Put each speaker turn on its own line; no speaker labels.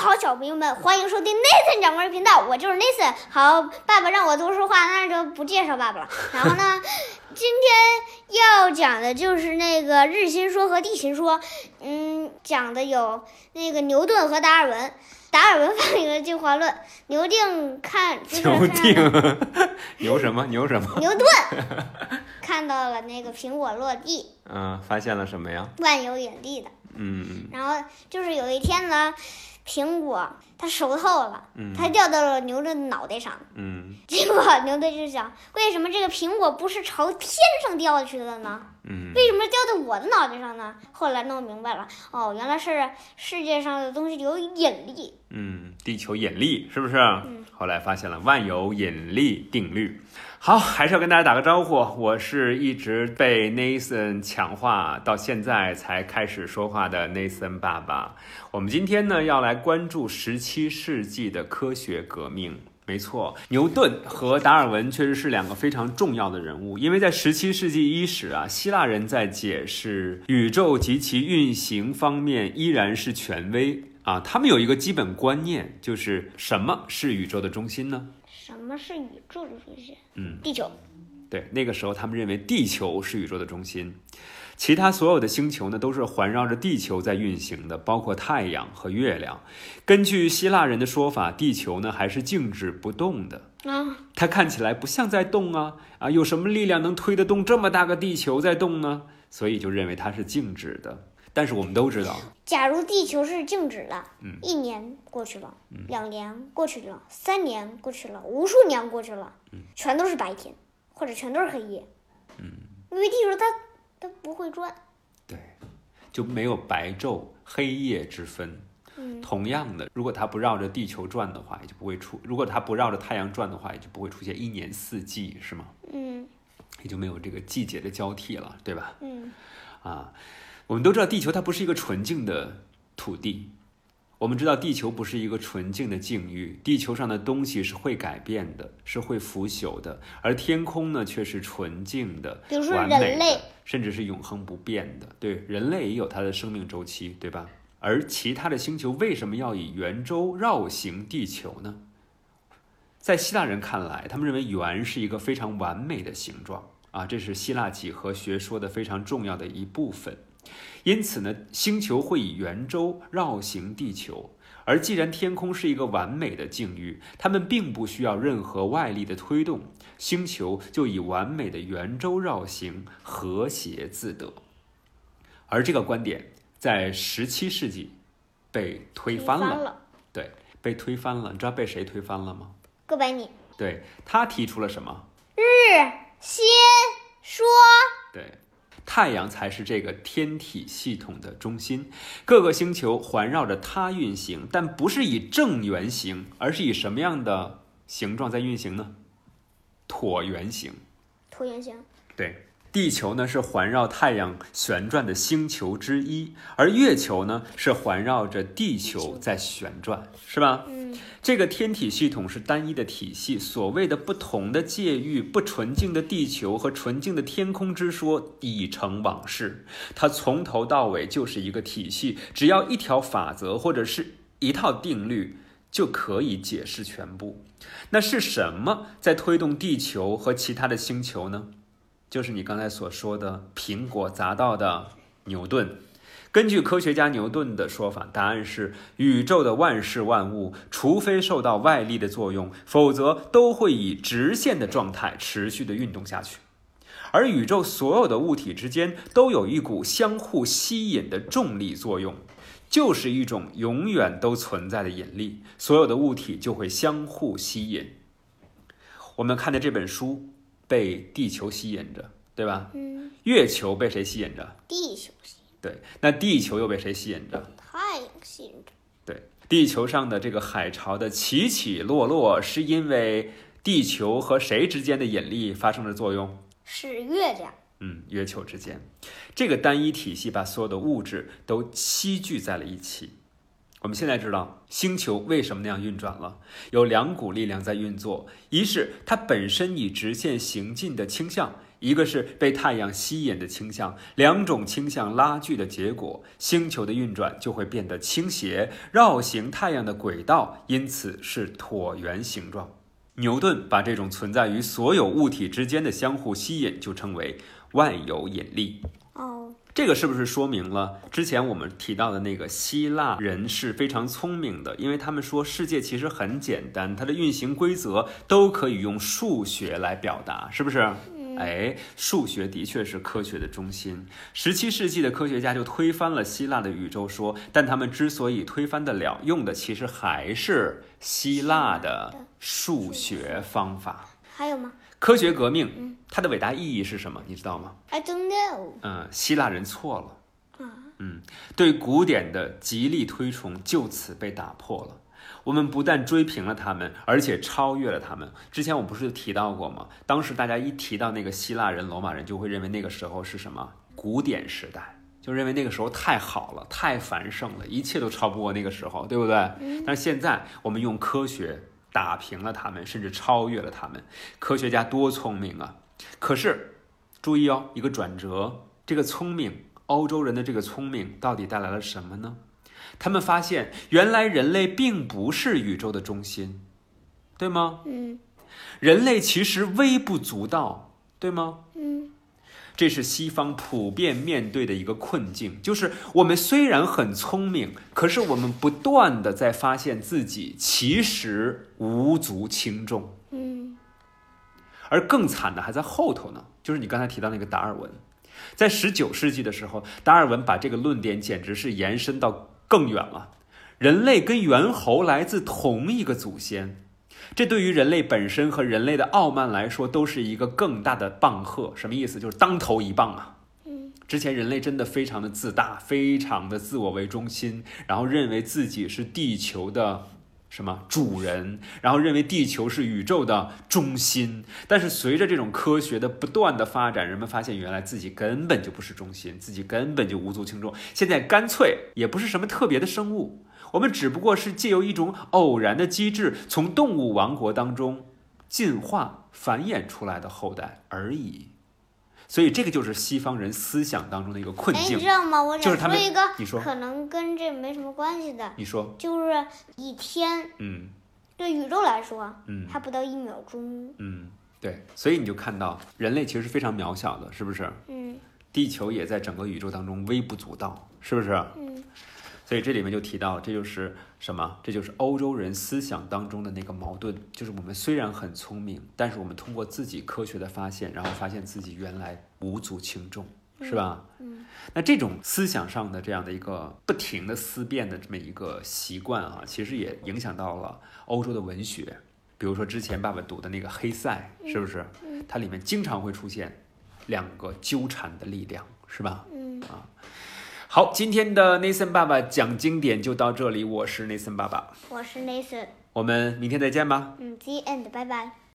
好，小朋友们，欢迎收听 Nathan 掌柜频道，我就是 Nathan。好，爸爸让我多说话，那就不介绍爸爸了。然后呢，今天要讲的就是那个日心说和地心说，嗯，讲的有那个牛顿和达尔文。达尔文发明了进化论，牛顿看 就是
牛
看
定 牛什么牛什么？
牛顿看到了那个苹果落地，
嗯，发现了什么呀？
万有引力的。
嗯
然后就是有一天呢，苹果它熟透了，
嗯
它掉到了牛顿脑袋上。
嗯
结果牛顿就想，为什么这个苹果不是朝天上掉下去的呢？
嗯
为什么掉到我的脑袋上呢？后来弄明白了，哦，原来是世界上的东西有引力。
嗯，地球引力是不是？
嗯
后来发现了万有引力定律。好，还是要跟大家打个招呼，我是一直被 Nathan 强化到现在才开始说话的 Nathan 爸爸。我们今天呢要来关注十七世纪的科学革命。没错，牛顿和达尔文确实是两个非常重要的人物，因为在十七世纪伊始啊，希腊人在解释宇宙及其运行方面依然是权威啊。他们有一个基本观念，就是什么是宇宙的中心呢？
什么是宇宙的中心？
嗯，
地球。
对，那个时候他们认为地球是宇宙的中心，其他所有的星球呢都是环绕着地球在运行的，包括太阳和月亮。根据希腊人的说法，地球呢还是静止不动的。
啊，
它看起来不像在动啊啊，有什么力量能推得动这么大个地球在动呢？所以就认为它是静止的。但是我们都知道，
假如地球是静止的，
嗯
一年过去了，两年过去了，三年过去了，无数年过去了，
嗯
全都是白天，或者全都是黑夜。因为地球它它不会转。
对，就没有白昼黑夜之分。
嗯
同样的，如果它不绕着地球转的话，也就不会出；如果它不绕着太阳转的话，也就不会出现一年四季，是吗？
嗯
也就没有这个季节的交替了，对吧？
嗯
啊，我们都知道地球它不是一个纯净的土地，我们知道地球不是一个纯净的境遇，地球上的东西是会改变的，是会腐朽的，而天空呢却是纯净的，
比如说
完美的
人类，
甚至是永恒不变的。对，人类也有它的生命周期，对吧？而其他的星球为什么要以圆周绕行地球呢？在希腊人看来，他们认为圆是一个非常完美的形状啊，这是希腊几何学说的非常重要的一部分。因此呢，星球会以圆周绕行地球。而既然天空是一个完美的境遇，它们并不需要任何外力的推动，星球就以完美的圆周绕行和谐自得。而这个观点在十七世纪被推翻了，
了。
被推翻了。你知道被谁推翻了吗？
哥白尼
对他提出了什么？
日心说，
对，太阳才是这个天体系统的中心，各个星球环绕着它运行，但不是以正圆形，而是以什么样的形状在运行呢？椭圆形。
椭圆形。
对，地球呢是环绕太阳旋转的星球之一，而月球呢是环绕着地球在旋转，是吧？
嗯
这个天体系统是单一的体系，所谓的不同的界域、不纯净的地球和纯净的天空之说已成往事。它从头到尾就是一个体系，只要一条法则或者是一套定律就可以解释全部。那是什么在推动地球和其他的星球呢？就是你刚才所说的苹果砸到的牛顿。根据科学家牛顿的说法，答案是宇宙的万事万物，除非受到外力的作用，否则都会以直线的状态持续的运动下去。而宇宙所有的物体之间都有一股相互吸引的重力作用，就是一种永远都存在的引力，所有的物体就会相互吸引。我们看的这本书被地球吸引着，对吧？
嗯，
月球被谁吸引着？
地球系
对，那地球又被谁吸引着？
太阳系
对，地球上的这个海潮的起起落落，是因为地球和谁之间的引力发生了作用？
是月亮。
嗯，月球之间，这个单一体系把所有的物质都吸聚在了一起。我们现在知道星球为什么那样运转了，有两股力量在运作，一是它本身以直线行进的倾向，一个是被太阳吸引的倾向，两种倾向拉锯的结果，星球的运转就会变得倾斜，绕行太阳的轨道，因此是椭圆形状。牛顿把这种存在于所有物体之间的相互吸引就称为万有引力。
哦，
这个是不是说明了之前我们提到的那个希腊人是非常聪明的？因为他们说世界其实很简单，它的运行规则都可以用数学来表达，是不是？哎，数学的确是科学的中心。十七世纪的科学家就推翻了希腊的宇宙说，但他们之所以推翻得了，用的其实还是希腊的数学方法。
还有吗
科学革命它的伟大意义是什么？你知道吗？
？I don't know。
嗯，希腊人错了。嗯，对古典的极力推崇就此被打破了。我们不但追平了他们，而且超越了他们。之前我不是提到过吗？当时大家一提到那个希腊人、罗马人，就会认为那个时候是什么古典时代，就认为那个时候太好了、太繁盛了，一切都超不过那个时候，对不对？但是现在我们用科学打平了他们，甚至超越了他们。科学家多聪明啊！可是，注意哦，一个转折，这个聪明，欧洲人的这个聪明到底带来了什么呢？他们发现，原来人类并不是宇宙的中心，对吗？
嗯
人类其实微不足道，对吗？
嗯
这是西方普遍面对的一个困境，就是我们虽然很聪明，可是我们不断的在发现自己其实无足轻重，
嗯
而更惨的还在后头呢，就是你刚才提到那个达尔文，在十九世纪的时候，达尔文把这个论点简直是延伸到更远了，人类跟猿猴来自同一个祖先。这对于人类本身和人类的傲慢来说，都是一个更大的棒喝。什么意思？就是当头一棒啊！
嗯
之前人类真的非常的自大，非常的自我为中心，然后认为自己是地球的什么主人，然后认为地球是宇宙的中心。但是随着这种科学的不断的发展，人们发现原来自己根本就不是中心，自己根本就无足轻重。现在干脆也不是什么特别的生物，我们只不过是借由一种偶然的机制，从动物王国当中进化繁衍出来的后代而已。所以这个就是西方人思想当中的一个困
哎，你
境
知。道吗？我
就
想
是他
说
们
一个
你说
可能跟这没什么关系的，
你说，
就是一天
嗯
对宇宙来说，
嗯
它不到一秒钟。
嗯，对，所以你就看到人类其实是非常渺小的，是不是？
嗯
地球也在整个宇宙当中微不足道，是不是？
嗯
所以这里面就提到，这就是什么？这就是欧洲人思想当中的那个矛盾，就是我们虽然很聪明，但是我们通过自己科学的发现，然后发现自己原来无足轻重，是吧？
嗯
那这种思想上的这样的一个不停的思辨的这么一个习惯啊，其实也影响到了欧洲的文学。比如说之前爸爸读的那个《黑塞》，
嗯
是不是？它里面经常会出现两个纠缠的力量，是吧？啊
嗯，
好，今天的 Nathan 爸爸讲经典就到这里，我是 Nathan 爸爸，
我是 Nathan。
我们明天再见吧。
嗯，The end，拜拜。